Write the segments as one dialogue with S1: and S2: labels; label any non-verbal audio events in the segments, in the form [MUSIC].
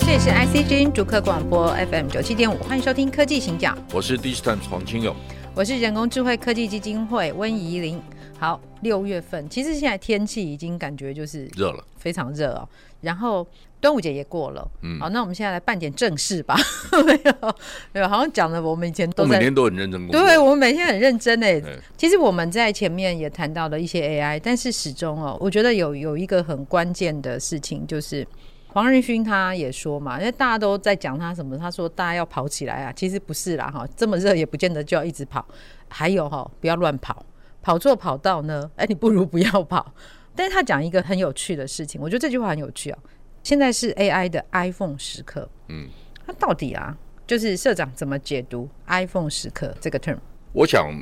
S1: 这里是 IC 之音逐客广播 FM 九七点五，欢迎收听科技行脚，
S2: 我是 Digitimes 黄清勇。
S1: 我是人工智慧科技基金会温怡玲。好，六月份，其实现在天气已经感觉就是
S2: 热了，
S1: 非常热哦。然后端午节也过了，
S2: 嗯
S1: 好，那我们现在来办点正事吧。 [LAUGHS] 没有，没有，好像讲的我们以前
S2: 我
S1: 都
S2: 每
S1: 在
S2: 天都很认真工作。
S1: 对，我们每天很认真诶
S2: 嗯。
S1: 其实我们在前面也谈到了一些 AI，但是始终哦，我觉得有有一个很关键的事情就是。黄仁勋他也说嘛，因为大家都在讲他什么，他说大家要跑起来啊，其实不是啦哈，这么热也不见得就要一直跑。还有哈，不要乱跑，跑错跑道呢，哎，你不如不要跑。但是他讲一个很有趣的事情，我觉得这句话很有趣啊。现在是 AI 的 iPhone 时刻，
S2: 嗯，
S1: 那到底啊，就是社长怎么解读 iPhone 时刻这个 term？
S2: 我想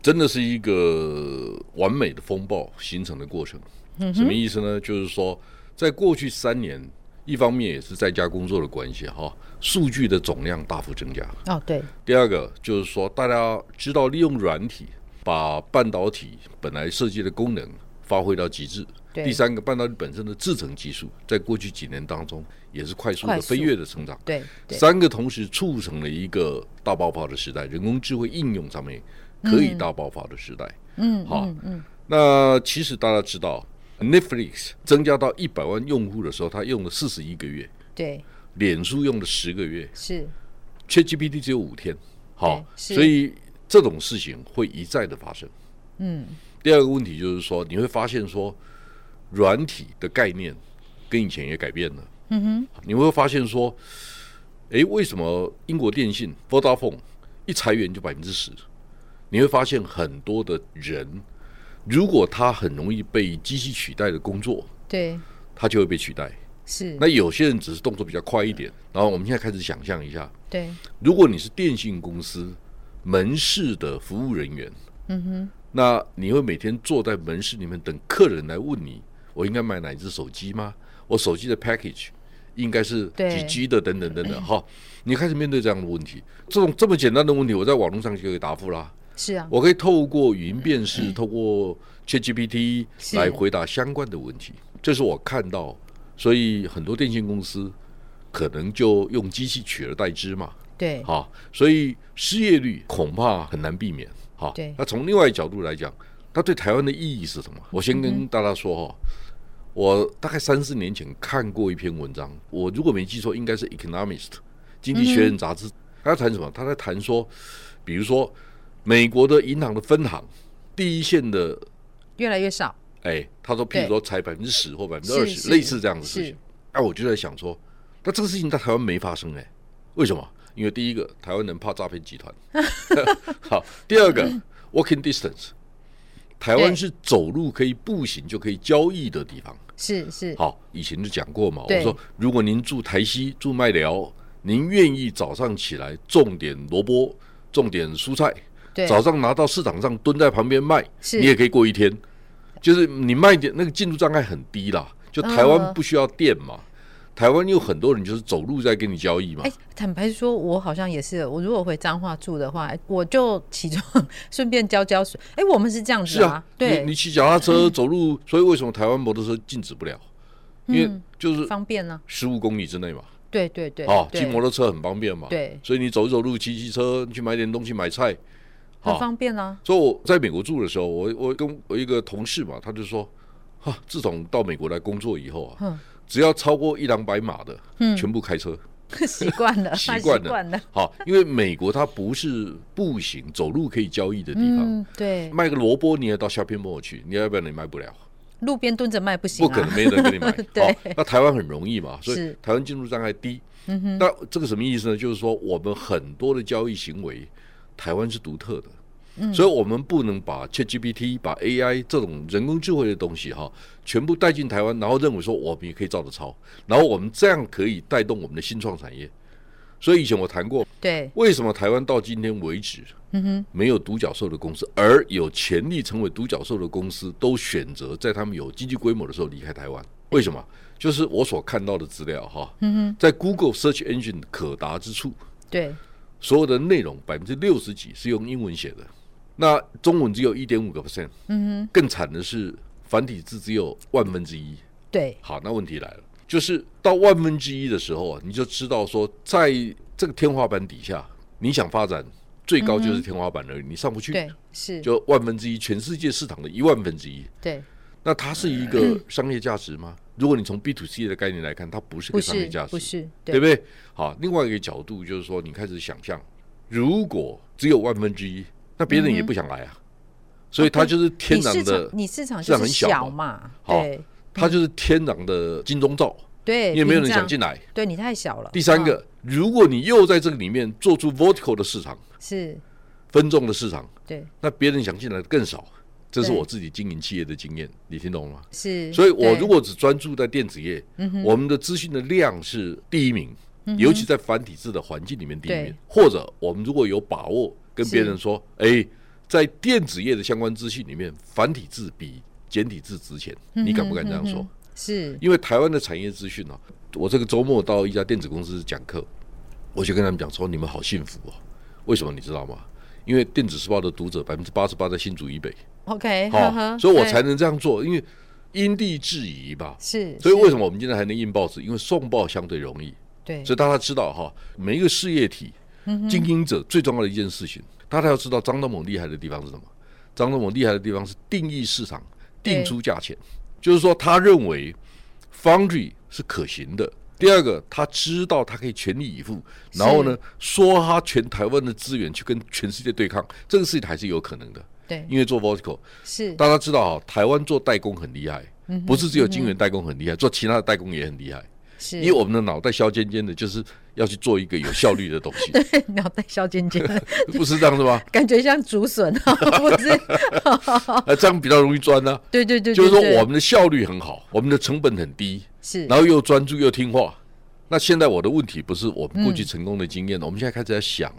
S2: 真的是一个完美的风暴形成的过程。
S1: 嗯
S2: 什么意思呢？就是说，在过去三年，一方面也是在家工作的关系哈，数据的总量大幅增加。
S1: 哦，对，
S2: 第二个就是说，大家知道利用软体把半导体本来设计的功能发挥到极致。
S1: 对
S2: 第三个，半导体本身的制程技术，在过去几年当中也是快速
S1: 快
S2: 的
S1: 速
S2: 飞跃的成长。
S1: 对对
S2: 三个同时促成了一个大爆发的时代，人工智慧应用上面可以大爆发的时代。
S1: 嗯，
S2: 好
S1: 嗯嗯，
S2: 那其实大家知道，Netflix 增加到一百万用户的时候，它用了四十一个月，
S1: 对，
S2: 脸书用了十个月
S1: 是，
S2: ，ChatGPT 只有五天。好，
S1: 是
S2: 所以这种事情会一再的发生。
S1: 嗯，
S2: 第二个问题就是说，你会发现说，软体的概念跟以前也改变了。嗯哼，你会发现说，诶，为什么英国电信 Vodafone 一裁员就百分之十？你会发现很多的人，如果他很容易被机器取代的工作，
S1: 对，
S2: 他就会被取代。
S1: 是，
S2: 那有些人只是动作比较快一点。然后我们现在开始想象一下，
S1: 对，
S2: 如果你是电信公司门市的服务人员，
S1: 嗯哼，
S2: 那你会每天坐在门市里面等客人来问你，我应该买哪一只手机吗？我手机的 package 应该是
S1: 对
S2: 几 G 的？等等等
S1: [LAUGHS]
S2: 等，哈，你开始面对这样的问题，这种这么简单的问题，我在网络上就可以答复啦。
S1: 是啊，
S2: 我可以透过语音辨识，透过 ChatGPT
S1: 嗯是
S2: 来回答相关的问题，这是我看到，所以很多电信公司可能就用机器取而代之嘛。
S1: 对，
S2: 好，所以失业率恐怕很难避免。好
S1: 对，
S2: 那从另外一角度来讲，它对台湾的意义是什么？我先跟大家说哈、我大概三四年前看过一篇文章，我如果没记错，应该是《Economist》经济学人杂志，他在谈什么？他在谈说，比如说美国的银行的分行，第一线的，
S1: 越来越少，
S2: 哎，他说，譬如说裁百分之十或百分之二
S1: 是
S2: 十，
S1: 是
S2: 类似这样的事
S1: 是
S2: 情。那、我就在想说，那这个事情在台湾没发生哎、为什么？因为第一个，台湾人怕诈骗
S1: [LAUGHS]
S2: 集团；好，第二个，walking distance，台湾是走路可以步行就可以交易的地方。
S1: 是是，
S2: 好，以前就讲过嘛，
S1: 对
S2: 我说如果您住台西、住麦寮，您愿意早上起来种点萝卜、种点蔬菜，
S1: 对，
S2: 早上拿到市场上蹲在旁边卖，
S1: 是
S2: 你也可以过一天。就是你卖点那个进入障碍很低啦，就台
S1: 嗯
S2: 湾不需要店嘛，台湾有很多人就是走路在跟你交易嘛
S1: 哎。，坦白说，我好像也是，我如果回彰化住的话，我就起床顺便浇浇水。哎，我们是这样
S2: 是
S1: 子
S2: 啊，
S1: 对嗯
S2: 你你，骑脚踏车走路，所以为什么台湾摩托车禁止不了？因为就是
S1: 方便呢，
S2: 十五公里之内嘛，
S1: 对对嗯对，
S2: 啊，
S1: 对
S2: 骑摩托车很方便嘛。
S1: 对
S2: 所以你走一走路，骑骑车，去买点东西，买菜，
S1: 很
S2: 啊
S1: 方便啊， [LAUGHS]
S2: 所以我在美国住的时候，我我跟我一个同事嘛，他就说，哈、自从到美国来工作以后啊，
S1: 嗯
S2: 只要超过一两百码的，全部开车，
S1: 习惯了，
S2: [LAUGHS] 习
S1: 他习
S2: 惯了
S1: 惯了，
S2: 好、因为美国它不是步行走路可以交易的地方，
S1: 嗯，对，
S2: 卖个萝卜你也到 shopping mall 去，你要不然你卖不了，
S1: 路边蹲着卖不行
S2: 不可
S1: 啊
S2: 能，没人跟你买
S1: [LAUGHS] 。对
S2: 好、那台湾很容易嘛，所以
S1: 是嗯
S2: 台湾进入障碍低。那这个什么意思呢？就是说我们很多的交易行为，台湾是独特的。
S1: 嗯
S2: 所以我们不能把 ChatGPT、把 AI 这种人工智慧的东西哈，全部带进台湾，然后认为说我们也可以照着抄，然后我们这样可以带动我们的新创产业。所以以前我谈过，
S1: 对，
S2: 为什么台湾到今天为止，没有独角兽的公司，而有潜力成为独角兽的公司，都选择在他们有经济规模的时候离开台湾？为什么？就是我所看到的资料哈，在 Google Search Engine 可达之处，
S1: 对，
S2: 所有的内容百分之六十几是用英文写的，那中文只有一点五个 percent。嗯更惨的是繁体字只有万分之一。
S1: 对，
S2: 好，那问题来了，就是到万分之一的时候啊，你就知道说，在这个天花板底下，你想发展最高就是天花板而已，你上不去，
S1: 对，是，
S2: 就万分之一，全世界市场的一万分之一。
S1: 对，
S2: 那它是一
S1: 嗯
S2: 个商业价值吗？如果你从 B to C 的概念来看，它不是
S1: 不
S2: 个商业
S1: 是
S2: 价，值，
S1: 不是，
S2: 对不对？好，另外一个角度就是说，你开始想象，如果只有万分之一，那别人
S1: 嗯
S2: 也不想来啊，所以它就是天
S1: 哦你
S2: 然
S1: 市
S2: 的
S1: 场，你市场
S2: 市
S1: 就
S2: 场
S1: 是
S2: 很小
S1: 小嘛，
S2: 好
S1: 对
S2: 它就是天然的金钟罩，
S1: 对，
S2: 因为没有人
S1: 屏障
S2: 想进，来。
S1: 对你太小了。啊
S2: 第三个，如果你又在这个里面做出 vertical 的市场、
S1: 嗯是，
S2: 分众的市场，
S1: 对，
S2: 那别人想进来的更少。这是
S1: 对
S2: 我自己经营企业的经验，你听懂了吗？
S1: 是，
S2: 所以我
S1: 对嗯
S2: 如果只专注在电子业，我们的资讯的量是第一名，尤其在繁体字的环境里面第一名
S1: 对。
S2: 或者我们如果有把握跟
S1: 是
S2: 别人说，哎，在电子业的相关资讯里面，繁体字比简体字值钱，你敢不敢
S1: 嗯
S2: 这样说？
S1: 是
S2: 因为台湾的产业资讯啊，我这个周末到一家电子公司讲课，我就跟他们讲说，你们好幸福哦，为什么你知道吗？因为电子时报的读者百分之八十八在新竹以北，
S1: OK，呵
S2: 好，
S1: 呵
S2: 所以我才
S1: 对
S2: 能这样做，因为因地制宜吧。
S1: 是，
S2: 所以
S1: 是
S2: 为什么我们今天还能印报纸？因为送报相对容易，
S1: 对嗯
S2: 所以大家知道哈，每一个事业体经营者最重要的一件事情，大家要知道张忠谋厉害的地方是什么？张忠谋厉害的地方是定义市场，
S1: 对
S2: 定出价钱，就是说他认为 Foundry 是可行的。第二个，他知道他可以全力以赴，然后呢，说他全台湾的资源去跟全世界对抗，这个事情还是有可能的，
S1: 对
S2: 因为做 vertical，
S1: 是
S2: 大家知道哈，台湾做代工很厉害，
S1: 嗯
S2: 不是只有晶圆代工很厉害，做其他的代工也很厉害。
S1: 是，
S2: 因为我们的脑袋削尖尖的，就是要去做一个有效率的东
S1: [LAUGHS]
S2: 西，
S1: 脑袋小尖
S2: [LAUGHS]
S1: 尖，
S2: 不是这样子吗？
S1: 感觉像竹笋哦，不是？ [LAUGHS]
S2: 啊，这样比较容易钻呢、啊
S1: 对对对，
S2: 就是说
S1: 对对
S2: 我们的效率很好，我们的成本很低，
S1: 是
S2: 然后又专注又听话。那现在我的问题不是我们过去成功的
S1: 嗯
S2: 经验，我们现在开始在想，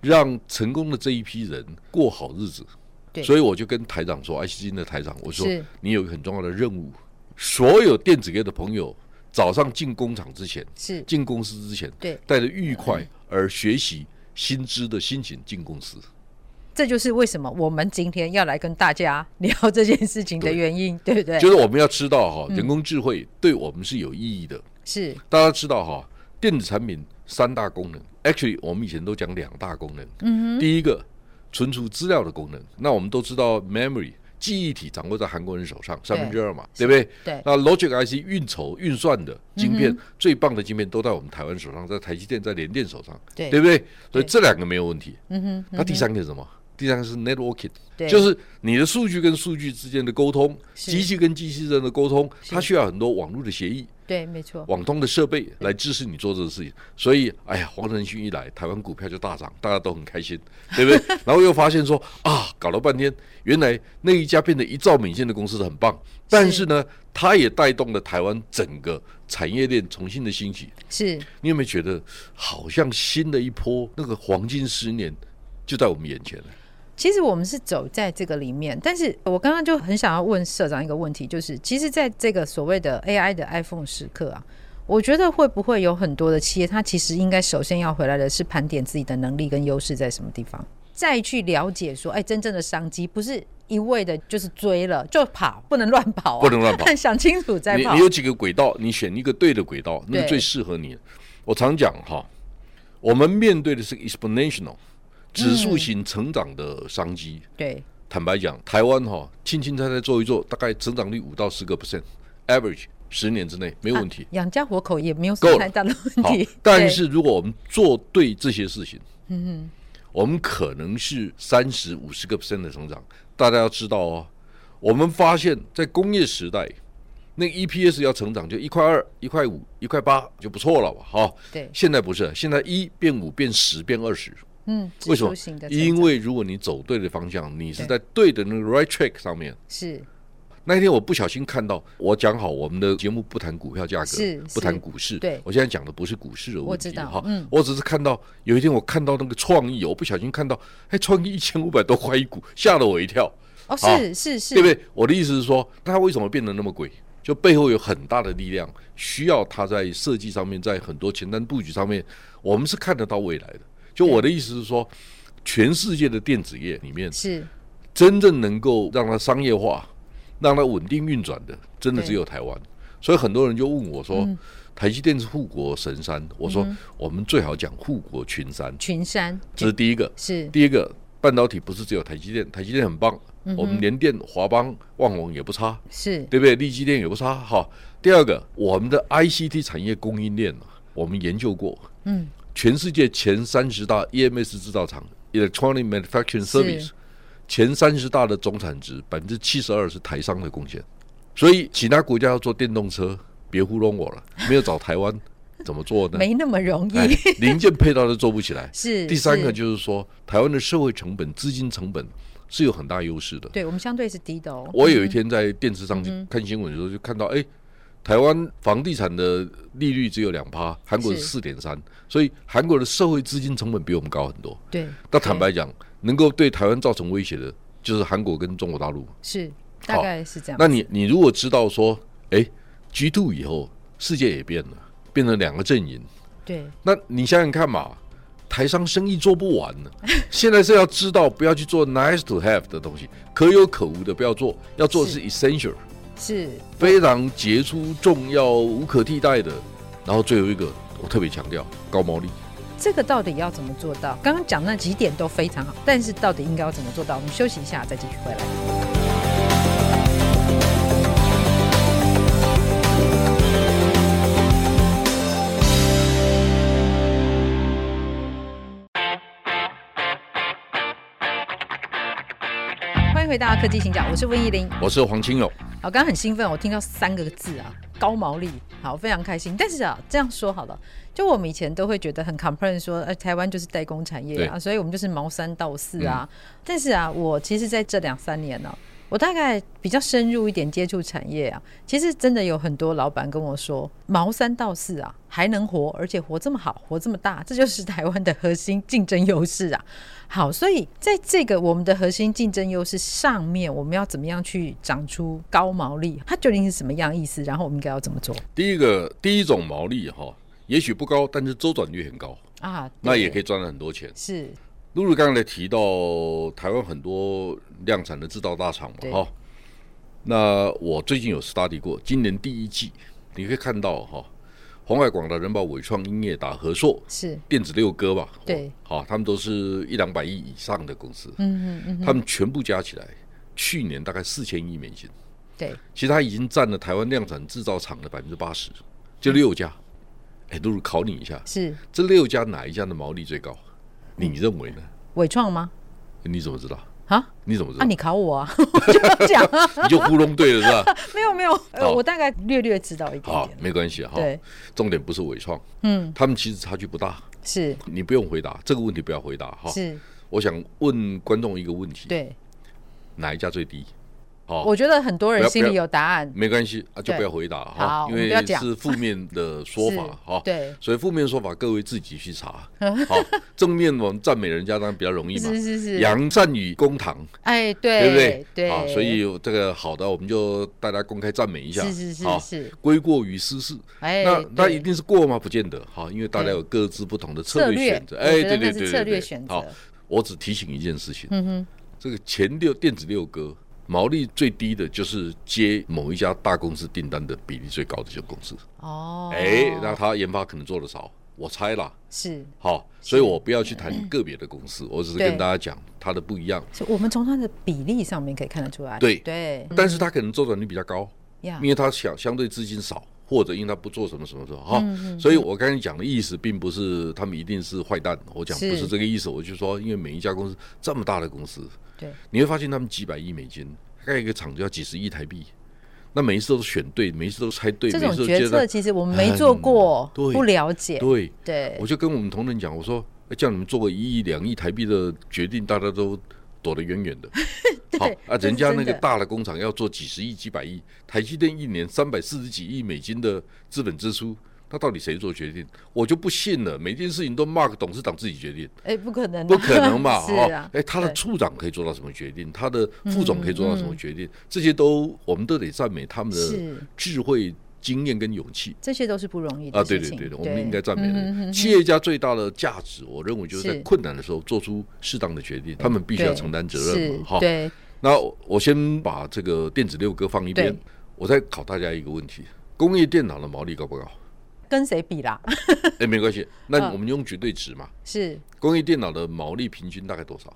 S2: 让成功的这一批人过好日子。
S1: 对
S2: 所以我就跟台长说，爱基金的台长，我说
S1: 是
S2: 你有一个很重要的任务，所有电子业的朋友早上进工厂之前，
S1: 是
S2: 进公司之前，
S1: 对
S2: 带着愉快而学习新知的心情进公司。
S1: 这就是为什么我们今天要来跟大家聊这件事情的
S2: 对
S1: 原因，对不对？
S2: 就是我们要知道哈，人工智慧对我们是有意义的。
S1: 是
S2: 大家知道哈，电子产品三大功能，actually 我们以前都讲两大功能。嗯第一个，存储资料的功能。那我们都知道 memory 记忆体掌握在韩国人手上，三分之二嘛，对不对？
S1: 对
S2: 那 logic IC 运筹运算的晶片，最棒的晶片都在我们台湾手上，在台积电、在联电手上，
S1: 对
S2: 不对？所以这两个没有问题。嗯哼。那第三个是什么？第三个是 networking，
S1: 对
S2: 就是你的数据跟数据之间的沟通，
S1: 是
S2: 机器跟机器之间的沟通，它需要很多网络的协议。
S1: 对，没错，
S2: 网通的设备来支持你做这个事情。所以，哎呀，黄仁勋一来，台湾股票就大涨，大家都很开心，对不对？ [LAUGHS] 然后又发现说啊，搞了半天，原来那一家变得一兆美金的公司很棒，但是呢，它也带动了台湾整个产业链重新的兴起。
S1: 是
S2: 你有没有觉得，好像新的一波那个黄金十年就在我们眼前了？
S1: 其实我们是走在这个里面，但是我刚刚就很想要问社长一个问题，就是其实在这个所谓的 AI 的 iPhone 时刻啊，我觉得会不会有很多的企业，它其实应该首先要回来的是盘点自己的能力跟优势在什么地方，再去了解说，哎，真正的商机不是一味的就是追了就跑，不能乱跑、啊，
S2: 不能乱跑
S1: [LAUGHS] 想清楚再
S2: 你
S1: 跑
S2: 你。有几个轨道，你选一个对的轨道，那个
S1: 对
S2: 最适合你。我常讲哈，我们面对的是 exponential 指数型成长的商机。
S1: 对，
S2: 坦白讲，台湾哈，轻轻菜菜做一做，大概成长率五到十个 percent，average 十年之内没
S1: 啊
S2: 有问题。
S1: 养家活口也没有什
S2: 够
S1: 么
S2: 了
S1: 太大的
S2: 好
S1: 问题。，
S2: 但
S1: [LAUGHS] 对
S2: 是如果我们做对这些事情，嗯我们可能是三十五十个 percent 的成长。大家要知道哦，我们发现，在工业时代，那个 EPS 要成长就一块二、一块五、一块八就不错了吧？哈，
S1: 对
S2: 现在不是，现在一变五变十变二十，
S1: 嗯，
S2: 为什
S1: 指数
S2: 么
S1: 型的？成长
S2: 因为如果你走对的方向，你是在对的那个 right track 上面。
S1: 是
S2: 那一天我不小心看到，我讲好我们的节目不谈股票价格
S1: 是，
S2: 不谈
S1: 是
S2: 股市。
S1: 对
S2: 我现在讲的不是股市的
S1: 我
S2: 问
S1: 知
S2: 题
S1: 道
S2: 哈
S1: 嗯，
S2: 我只是看到有一天我看到那个创意，我不小心看到，哎，创意一千五百多块一股，吓了我一跳，
S1: 哦，
S2: 好
S1: 是是是，
S2: 对不对？我的意思是说，它为什么变得那么贵？就背后有很大的力量，需要它在设计上面，在很多前瞻布局上面，我们是看得到未来的。就我的意思是说，全世界的电子业里面，
S1: 是
S2: 真正能够让它商业化、让它稳定运转的，真的
S1: 对
S2: 只有台湾。所以很多人就问我说：“台积电是护国神山。”我说：“我们最好讲护国群山。
S1: 群山，
S2: 这是第一个。
S1: 是
S2: 第一个，半导体不是只有台积电，台积电很棒，我们联电、华邦、旺宏也不差，
S1: 是
S2: 对不对？力积电也不差。哈，第二个，我们的 ICT 产业供应链啊，我们研究过，
S1: 嗯，
S2: 全世界前三十大 EMS 制造厂 （Electronic Manufacturing
S1: 是
S2: Service） 前三十大的总产值百分之七十二是台商的贡献，所以其他国家要做电动车，别糊
S1: [LAUGHS]
S2: 弄我了，没有找台湾怎么做呢？
S1: 没那么容易
S2: 哎，零件配套都做不起来。
S1: [LAUGHS] 是
S2: 第三个
S1: 是
S2: 就是说，台湾的社会成本、资金成本是有很大优势的。
S1: 对我们相对是低的哦，
S2: 我有一天在电视上去看新闻的时候，就看到，哎、台湾房地产的利率只有两趴，韩国是四点三，所以韩国的社会资金成本比我们高很多。
S1: 对，
S2: 那坦白讲，能够对台湾造成威胁的，就是韩国跟中国大陆。
S1: 是大
S2: 好
S1: 概是这样。
S2: 那你你如果知道说，哎、g two 以后世界也变了，变成两个阵营，
S1: 对
S2: 那你想想看嘛，台商生意做不完 [LAUGHS] 呢。现在是要知道，不要去做 nice to have 的东西，可有可无的不要做，要做的是 essential，
S1: 是
S2: 非常杰出、重要、无可替代的。然后最后一个，我特别强调高毛利。
S1: 这个到底要怎么做到？刚刚讲那几点都非常好，但是到底应该要怎么做到？我们休息一下再继续回来。欢迎回到科技行讲，我是温怡玲。
S2: 我是黄清勇，
S1: 好，刚刚很兴奋，我听到三个字啊，高毛利，好，非常开心。但是啊，这样说好了，就我们以前都会觉得很 complain 说，呃，台湾就是代工产业啊，
S2: 对
S1: 所以我们就是毛三到四啊。但是啊，我其实在这两三年呢、我大概比较深入一点接触产业啊，其实真的有很多老板跟我说，毛三到四啊还能活，而且活这么好，活这么大，这就是台湾的核心竞争优势啊。好，所以在这个我们的核心竞争优势上面，我们要怎么样去长出高毛利？它究竟是什么样意思？然后我们应该要怎么做
S2: 第一个第一种毛利哈，也许不高，但是周转率很高，
S1: 啊？
S2: 那也可
S1: 以
S2: 以赚了很多钱。
S1: 是
S2: 露露刚才提到台湾很多量产的制造大厂嘛，
S1: 对
S2: 哈、那我最近有 study 过，今年第一季你可以看到哈、红海、广达、人保、伟创、英业达、和硕、
S1: 是，
S2: 电子六哥吧，
S1: 对
S2: 好、他们都是一两百亿以上的公司，
S1: 嗯嗯嗯，
S2: 他们全部加起来，去年大概四千亿美金，
S1: 对，
S2: 其实它已经占了台湾量产制造厂的百分之八十，就六家。哎，露露考你一下，
S1: 是
S2: 这六家哪一家的毛利最高？你认为呢？
S1: 伟创吗？
S2: 你怎么知道？
S1: 啊？
S2: 你怎么知
S1: 啊，
S2: 道？
S1: 你考我啊？ [LAUGHS] 我就要讲啊，
S2: 你就糊弄对了是
S1: [LAUGHS]
S2: 吧？
S1: 没有没有，呃，
S2: 好
S1: 我大概略略知道一点
S2: 好
S1: 点，。
S2: 没关系哈。
S1: 对，
S2: 重点不是伟创，
S1: 嗯，
S2: 他们其实差距不大，
S1: 是
S2: 你不用回答这个问题，不要回答哈。
S1: 是，
S2: 我想问观众一个问题：
S1: 对，
S2: 哪一家最低？好，
S1: 我觉得很多
S2: 不
S1: 人
S2: 要
S1: 心
S2: 不
S1: 里
S2: 要
S1: 有答案，
S2: 没关系啊，就
S1: 对
S2: 不要回答
S1: 好
S2: 哈，
S1: 我
S2: 因
S1: 们
S2: 为
S1: 不要讲
S2: 是负面的说法
S1: [LAUGHS] 是
S2: 哈。
S1: 对
S2: 所以负面说法各位自己
S1: [LAUGHS]
S2: 去查。好，正面我们赞美人家当然比较容易嘛
S1: 是。是是，
S2: 扬善与公堂，
S1: 哎，
S2: 对不
S1: 对
S2: 对？啊，所以这个好的，我们就大家公开赞美一下。
S1: 是是是
S2: 好
S1: 是，
S2: 归过于私事，
S1: 哎，
S2: 那那
S1: 对
S2: 一定是过吗？不见得，哈，因为大家有各自不同的策略选择。哎
S1: 策略我觉得
S2: 对
S1: 那
S2: 对
S1: 是
S2: 对，
S1: 策
S2: 对
S1: 略
S2: 对
S1: 选择
S2: 好，我只提醒一件事情，
S1: 嗯哼，
S2: 这个前六电子六哥毛利最低的就是接某一家大公司订单的比例最高的这个公司。
S1: 哦，
S2: 哎，那他研发可能做的少，我猜啦。
S1: 是
S2: 好，所以我不要去谈个别的公司，我只是
S1: 对
S2: 跟大家讲它的不一样。
S1: 所以我们从它的比例上面可以看得出来，
S2: 对
S1: 对，嗯
S2: 但是它可能周转率比较高，
S1: 呀
S2: 因为它想相对资金少，或者因为它不做什么什么什么哈，
S1: 嗯
S2: 所以我刚才讲的意思，并不是他们一定是坏蛋，我讲
S1: 是
S2: 不是这个意思，我就说，因为每一家公司这么大的公司，
S1: 对，
S2: 你会发现他们几百亿美金，盖一个厂就要几十亿台币，那每一次都选对，每一次都猜对，
S1: 这
S2: 每一
S1: 种
S2: 次都
S1: 决
S2: 接到
S1: 策其实我们没做过，
S2: 嗯对
S1: 不了解，
S2: 对。
S1: 对
S2: 我就跟我们同仁讲，我说哎这样你们做个一亿两亿台币的决定，大家都躲得
S1: [LAUGHS]
S2: 远远的。好
S1: 对
S2: 啊，
S1: 这是
S2: 人家那
S1: 真
S2: 个
S1: 的
S2: 大的工厂要做几十亿、几百亿，台积电一年三百四十几亿美金的资本支出，那到底谁做决定？我就不信了，每件事情都 Mark 董事长自己
S1: [LAUGHS]
S2: 决定。
S1: 哎，不可能啊，
S2: 不可能嘛，
S1: [LAUGHS] 是
S2: 哦
S1: 啊，
S2: 哎，他的
S1: 对嗯
S2: 处长可以做到什么决定？他的副总可以做到什么决定？这些都我们都得赞美他们的
S1: 是
S2: 智慧、经验跟勇气
S1: 这些都是不容易的
S2: 啊！对
S1: 事
S2: 对
S1: 情
S2: 对的，我们应该赞美
S1: 嗯哼
S2: 的。
S1: 哼
S2: 企业家最大的价值，我认为就是在
S1: 是
S2: 困难的时候做出适当的决定，他们 [LAUGHS] 必须要
S1: 对
S2: 承担责任
S1: 是
S2: 嘛，哈。
S1: 对，
S2: 那我先把这个电子六哥放一边
S1: 对，
S2: 我再考大家一个问题：工业电脑的毛利高
S1: [LAUGHS]
S2: 不高？
S1: 跟谁比啦？ [LAUGHS]
S2: 哎，没关系，那
S1: 嗯
S2: 我们用绝对值嘛。
S1: 是
S2: 工业电脑的毛利平均大概多少？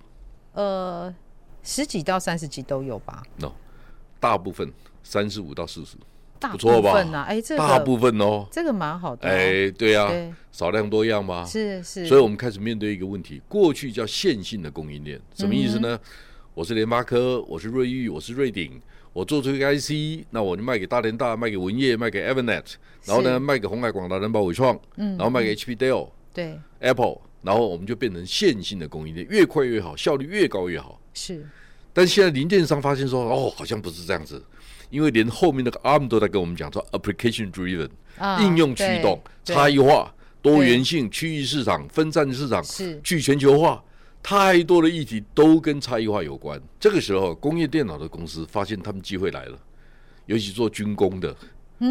S1: 呃，十几到三十几都有吧，
S2: no，大部分三十五到四十，
S1: 大
S2: 不错
S1: 部
S2: 吧
S1: 分呐，哎，这个
S2: 大部分哦。
S1: 这个蛮好的啊，
S2: 哎，对啊，
S1: 对
S2: 少量多样嘛。
S1: 是是，
S2: 所以我们开始面对一个问题，过去叫线性的供应链，什么意思
S1: 嗯
S2: 呢？我是联发科，我是瑞昱，我是瑞鼎，我做出一个 IC，那我就卖给大连大，卖给文业，卖给 Evernet，然后呢，卖给红海、广达、人保、伟创，
S1: 嗯
S2: 然后卖给 HP、Dell、
S1: 对
S2: Apple，然后我们就变成线性的供应链，越快越好，效率越高越好。
S1: 是
S2: 但现在零件商发现说，哦，好像不是这样子，因为连后面那个 ARM 都在跟我们讲说，application driven，、
S1: 啊
S2: 应用驱动、
S1: 对
S2: 差
S1: 对
S2: 异化、多元性、区域市场、分散市场、
S1: 是
S2: 去全球化，太多的议题都跟差异化有关。这个时候，工业电脑的公司发现他们机会来了，尤其做军工的。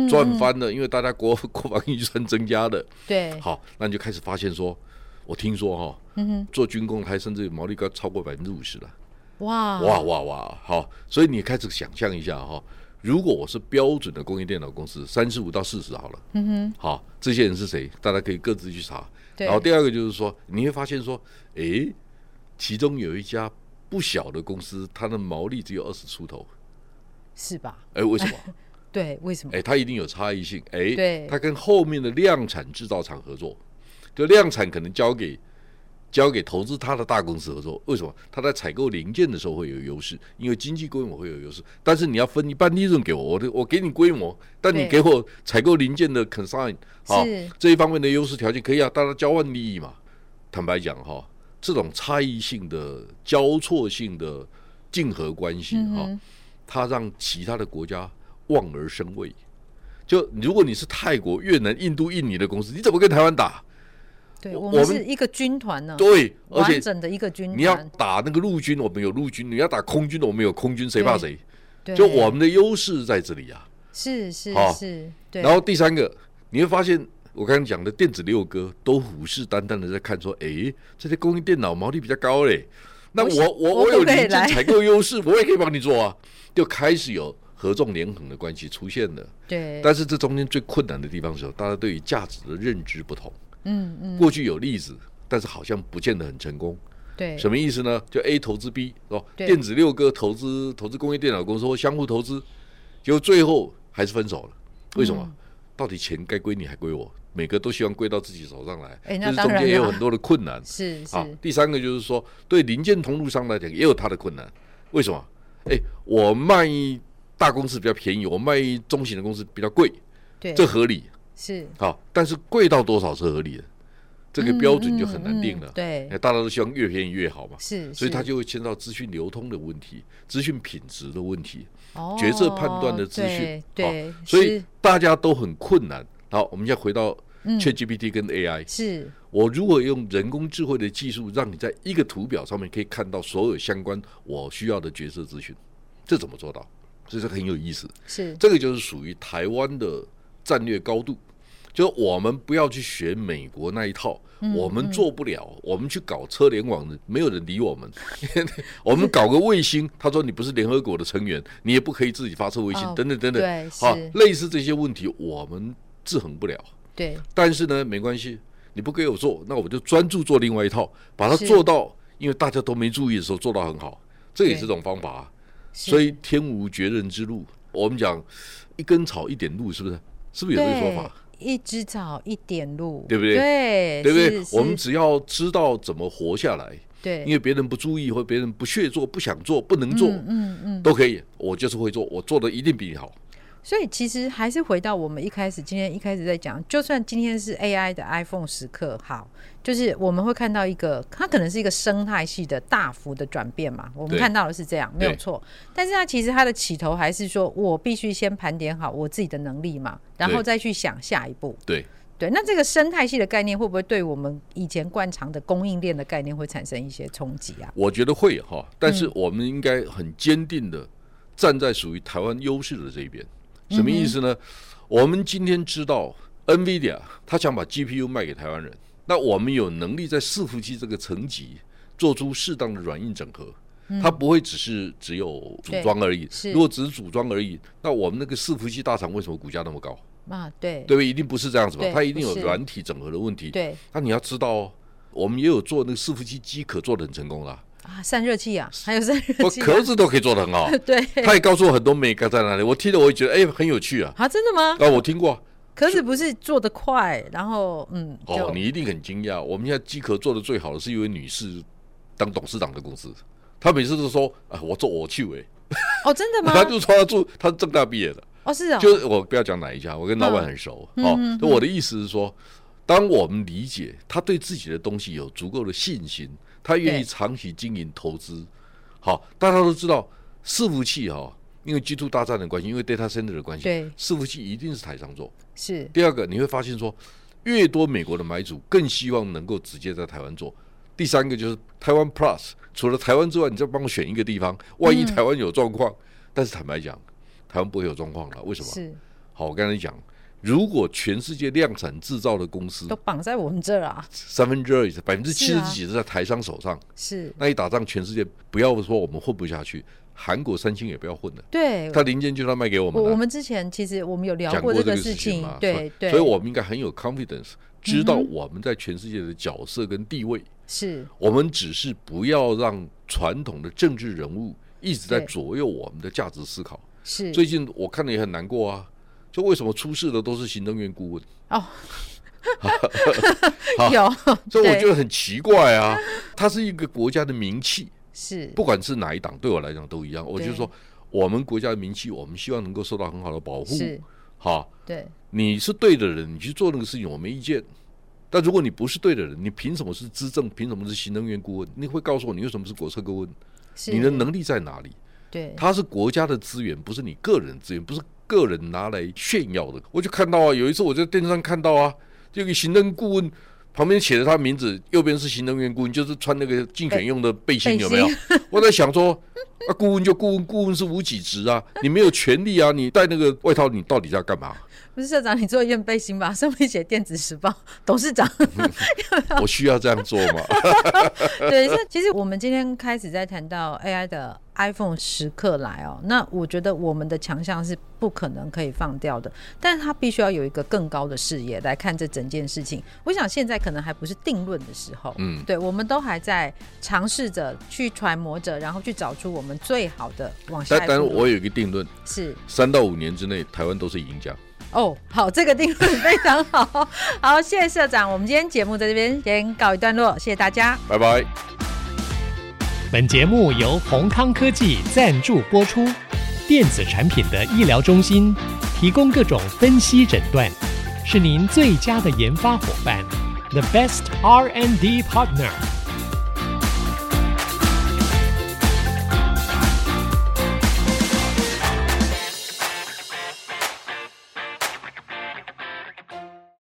S2: 赚翻了，因为大家国 [LAUGHS] 国防预算增加了。
S1: 对，
S2: 好，那你就开始发现说，我听说哈、做军工还甚至毛利高超过百分之五十了。
S1: 哇
S2: 哇哇哇！好，所以你开始想象一下哈、如果我是标准的工业电脑公司，三十五到四十好了，嗯哼，好，这些人是谁？大家可以各自去查。
S1: 对
S2: 然后第二个就是说，你会发现说，诶，其中有一家不小的公司，它的毛利只有二十出头，
S1: 是吧？
S2: 诶，为什么？
S1: 对，为什么？
S2: 哎诶，它一定有差异性，
S1: 对
S2: 诶，它跟后面的量产制造厂合作，就量产可能交给交给投资它的大公司合作。为什么？它在采购零件的时候会有优势，因为经济规模会有优势。但是你要分一半利润给我，我的我给你规模，但你
S1: 对
S2: 给我采购零件的 consign 好
S1: 是
S2: 这一方面的优势条件可以啊，大家交换利益嘛。坦白讲哈、这种差异性的交错性的竞合关系
S1: 嗯
S2: 哈、它让其他的国家望而生畏。就如果你是泰国、越南、印度、印尼的公司，你怎么跟台湾打？
S1: 对
S2: 我
S1: 我
S2: 我
S1: 们
S2: 们
S1: 是一个军团呢，
S2: 对，而
S1: 完
S2: 且
S1: 整的一个军
S2: 你要
S1: 团，
S2: 打那个陆军，我们有陆军；你要打空军，我们有空军，谁怕谁？
S1: 对
S2: 就我们的优势在这里啊。
S1: 是是
S2: 好
S1: 是，对，
S2: 然后第三个，你会发现我刚刚讲的电子六哥都虎视眈眈的在看，说，诶，这些供应电脑毛利比较高嘞，那
S1: 我
S2: 我我
S1: 我
S2: 我有
S1: 可不可以
S2: 零件
S1: 来
S2: 采购优势，我也可以帮你做啊，就开始有合纵连横的关系出现了。
S1: 对，
S2: 但是这中间最困难的地方是什么，大家对于价值的认知不同。
S1: 嗯嗯，
S2: 过去有例子，但是好像不见得很成功。
S1: 对，
S2: 什么意思呢？就 A 投资 B 哦，
S1: 对
S2: 电子六哥投资投资工业电脑公司或相互投资，结果最后还是分手了。为什么？
S1: 嗯
S2: 到底钱该归你还归我？每个都希望归到自己手上来，
S1: 哎那
S2: 这是
S1: 当
S2: 中
S1: 然
S2: 间也有
S1: 啦
S2: 很多的困难。
S1: 是
S2: 好
S1: 是，，
S2: 第三个就是说，对零件通路商来讲，也有它的困难。为什么？哎，我卖大公司比较便宜，我卖中型的公司比较贵，
S1: 对，
S2: 这合理。
S1: 是
S2: 好，但是贵到多少是合理的，这个标准就很难定
S1: 嗯嗯
S2: 了
S1: 嗯。对，
S2: 哎大家都希望越便宜越好嘛，
S1: 是，
S2: 所以它
S1: 是
S2: 就会牵到资讯流通的问题、资讯品质的问题、
S1: 哦
S2: 决策判断的资讯。
S1: 对，对
S2: 好所以
S1: 是
S2: 大家都很困难。好，我们现在回到
S1: 嗯
S2: ChatGPT 跟 AI，、
S1: 是
S2: 我如果用人工智慧的技术，让你在一个图表上面可以看到所有相关我需要的决策资讯，这怎么做到？所以这个很有意思。
S1: 是
S2: 这个就是属于台湾的战略高度，就是我们不要去学美国那一套，
S1: 嗯
S2: 我们做不了。我们去搞车联网的，没有人理我们。 [LAUGHS] 我们搞个卫星，他说你不是联合国的成员，你也不可以自己发射卫星，
S1: 哦
S2: 等等等等。
S1: 对
S2: 好
S1: 是，
S2: 类似这些问题我们制衡不了，
S1: 对
S2: 但是呢，没关系，你不给我做，那我就专注做另外一套，把它
S1: 是
S2: 做到，因为大家都没注意的时候做到很好，这也
S1: 对
S2: 是种方法啊、
S1: 是
S2: 所以天无绝人之路。我们讲一根草一点路，是不是？是不是有这个说法？
S1: 对一只草一点路，
S2: 对不对
S1: 对，
S2: 对不对
S1: 是？是
S2: 我们只要知道怎么活下来，
S1: 对，
S2: 因为别人不注意或别人不屑做、不想做、不能做，
S1: 嗯嗯嗯，
S2: 都可以。我就是会做，我做的一定比你好。
S1: 所以其实还是回到我们一开始今天一开始在讲，就算今天是 AI 的 iPhone 时刻，好，就是我们会看到一个，它可能是一个生态系的大幅的转变嘛，我们
S2: 对
S1: 看到的是这样，没有
S2: 对
S1: 错。但是它其实它的起头还是说我必须先盘点好我自己的能力嘛，然后
S2: 对
S1: 再去想下一步。
S2: 对，
S1: 对，那这个生态系的概念会不会对我们以前惯常的供应链的概念会产生一些冲击啊？
S2: 我觉得会哈，但
S1: 嗯
S2: 是我们应该很坚定的站在属于台湾优势的这一边。
S1: 嗯
S2: 什么意思呢？我们今天知道 NVIDIA 他想把 GPU 卖给台湾人，那我们有能力在伺服器这个层级做出适当的软硬整合。它不会只是只有组装而已
S1: 嗯对是，
S2: 如果只是组装而已，那我们那个伺服器大厂为什么股价那么高？
S1: 啊，对
S2: 对不对？一定不是这样子吧
S1: 对？
S2: 它一定有
S1: 不是
S2: 软体整合的问题。
S1: 对
S2: 那你要知道哦，我们也有做那个伺服器机壳做的很成功的啊、
S1: 啊，散热器啊，还有散
S2: [LAUGHS]
S1: 热
S2: 我
S1: 器、
S2: 壳子都可以做得很好。
S1: [LAUGHS] 对，
S2: 他也告诉我很多美感在哪里，我听了我也觉得哎、很有趣
S1: [LAUGHS]
S2: 啊。
S1: 啊，真的吗？
S2: 啊，我听过啊
S1: 壳子不是做的快，然后嗯，就、
S2: 哦，你一定很惊讶。我们现在机壳做的最好的是一位女士当董事长的公司，她每次都说啊，我做我去为，
S1: 哦，真的吗？
S2: [LAUGHS] 她就说她做她是正大毕业的，
S1: 哦，是哦，
S2: 就是我不要讲哪一家，我跟老
S1: 嗯
S2: 板很熟哦。那我的意思是说，当我们理解他对自己的东西有足够的信心，他愿
S1: 对
S2: 意长期经营投资，好，大家都知道伺服器哈、因为 G two 大战的关系，因为 data center 的关系
S1: 对，
S2: 伺服器一定是台商做。
S1: 是
S2: 第二个，你会发现说，越多美国的买主更希望能够直接在台湾做。第三个就是台湾 Plus，除了台湾之外，你再帮我选一个地方，万
S1: 嗯
S2: 一台湾有状况，但是坦白讲，台湾不会有状况了。为什么？
S1: 是，
S2: 好，我刚才讲，如果全世界量产制造的公司
S1: 都绑在我们这儿啊，
S2: 三分之二以上，百分之七
S1: 是
S2: 十
S1: 啊
S2: 几是在台商手上，
S1: 是
S2: 那一打仗，全世界不要说我们混不下去，韩国三星也不要混了，
S1: 对。
S2: 它零件就算卖给我
S1: 哎我
S2: 们
S1: 我
S2: 了。
S1: 们之前其实我们有聊
S2: 讲
S1: 过这
S2: 这个
S1: 事
S2: 情
S1: 情
S2: 嘛，，
S1: 对对，嗯
S2: 所以我们应该很有 confidence，知道我们在全世界的角色跟地位。
S1: 是
S2: 我们只是不要让传统的政治人物一直在
S1: 对
S2: 左右我们的价值思考。
S1: 是
S2: 最近我看了也很难过啊，就为什么出事的都是行政院顾问？
S1: 哦，
S2: 好
S1: 有， [LAUGHS]
S2: 所以我觉
S1: 对
S2: 得很奇怪啊，它是一个国家的名气，
S1: 是
S2: 不管是哪一党，对我来讲都一样。我就说，我们国家的名气，我们希望能够受到很好的保护。
S1: 是，
S2: 好，
S1: 对
S2: 你是对的人，你去做那个事情，我没意见。但如果你不是对的人，你凭什么是资政？凭什么是行政院顾问？你会告诉我你为什么是国策顾问？
S1: 是
S2: 你的能力在哪里？
S1: 对
S2: 它是国家的资源，不是你个人资源，不是个人拿来炫耀的。我就看到啊，有一次我在电视上看到啊，这个行政顾问旁边写着他名字，右边是行政院顾问，就是穿那个竞选用的背心，
S1: 背
S2: 有没有
S1: 背？
S2: 我在想说，啊，顾问就顾问，顾问是无己职啊，你没有权利啊，你戴那个外套，你到底在
S1: [LAUGHS]
S2: 干嘛？
S1: 不是社长，你做验背心吧，上面写《电子时报》董事长。
S2: 我需要这样做
S1: [LAUGHS]
S2: 吗？
S1: 对，所以其实我们今天开始在谈到 AI 的 iPhone 时刻来哦，那我觉得我们的强项是不可能可以放掉的，但是它必须要有一个更高的视野来看这整件事情。我想现在可能还不是定论的时候，
S2: 嗯
S1: 对，我们都还在尝试着去揣摩着，然后去找出我们最好的往下
S2: 但
S1: 一步
S2: 但
S1: 路
S2: 我有一个定论，
S1: 是
S2: 三到五年之内，台湾都是赢家。
S1: 哦，好，这个定论非常好，好，谢谢社长，我们今天节目在这边先告一段落，谢谢大家。
S2: 拜拜。
S3: 本节目由宏康科技赞助播出。电子产品的医疗中心提供各种分析诊断，是您最佳的研发伙伴，The best R&D partner。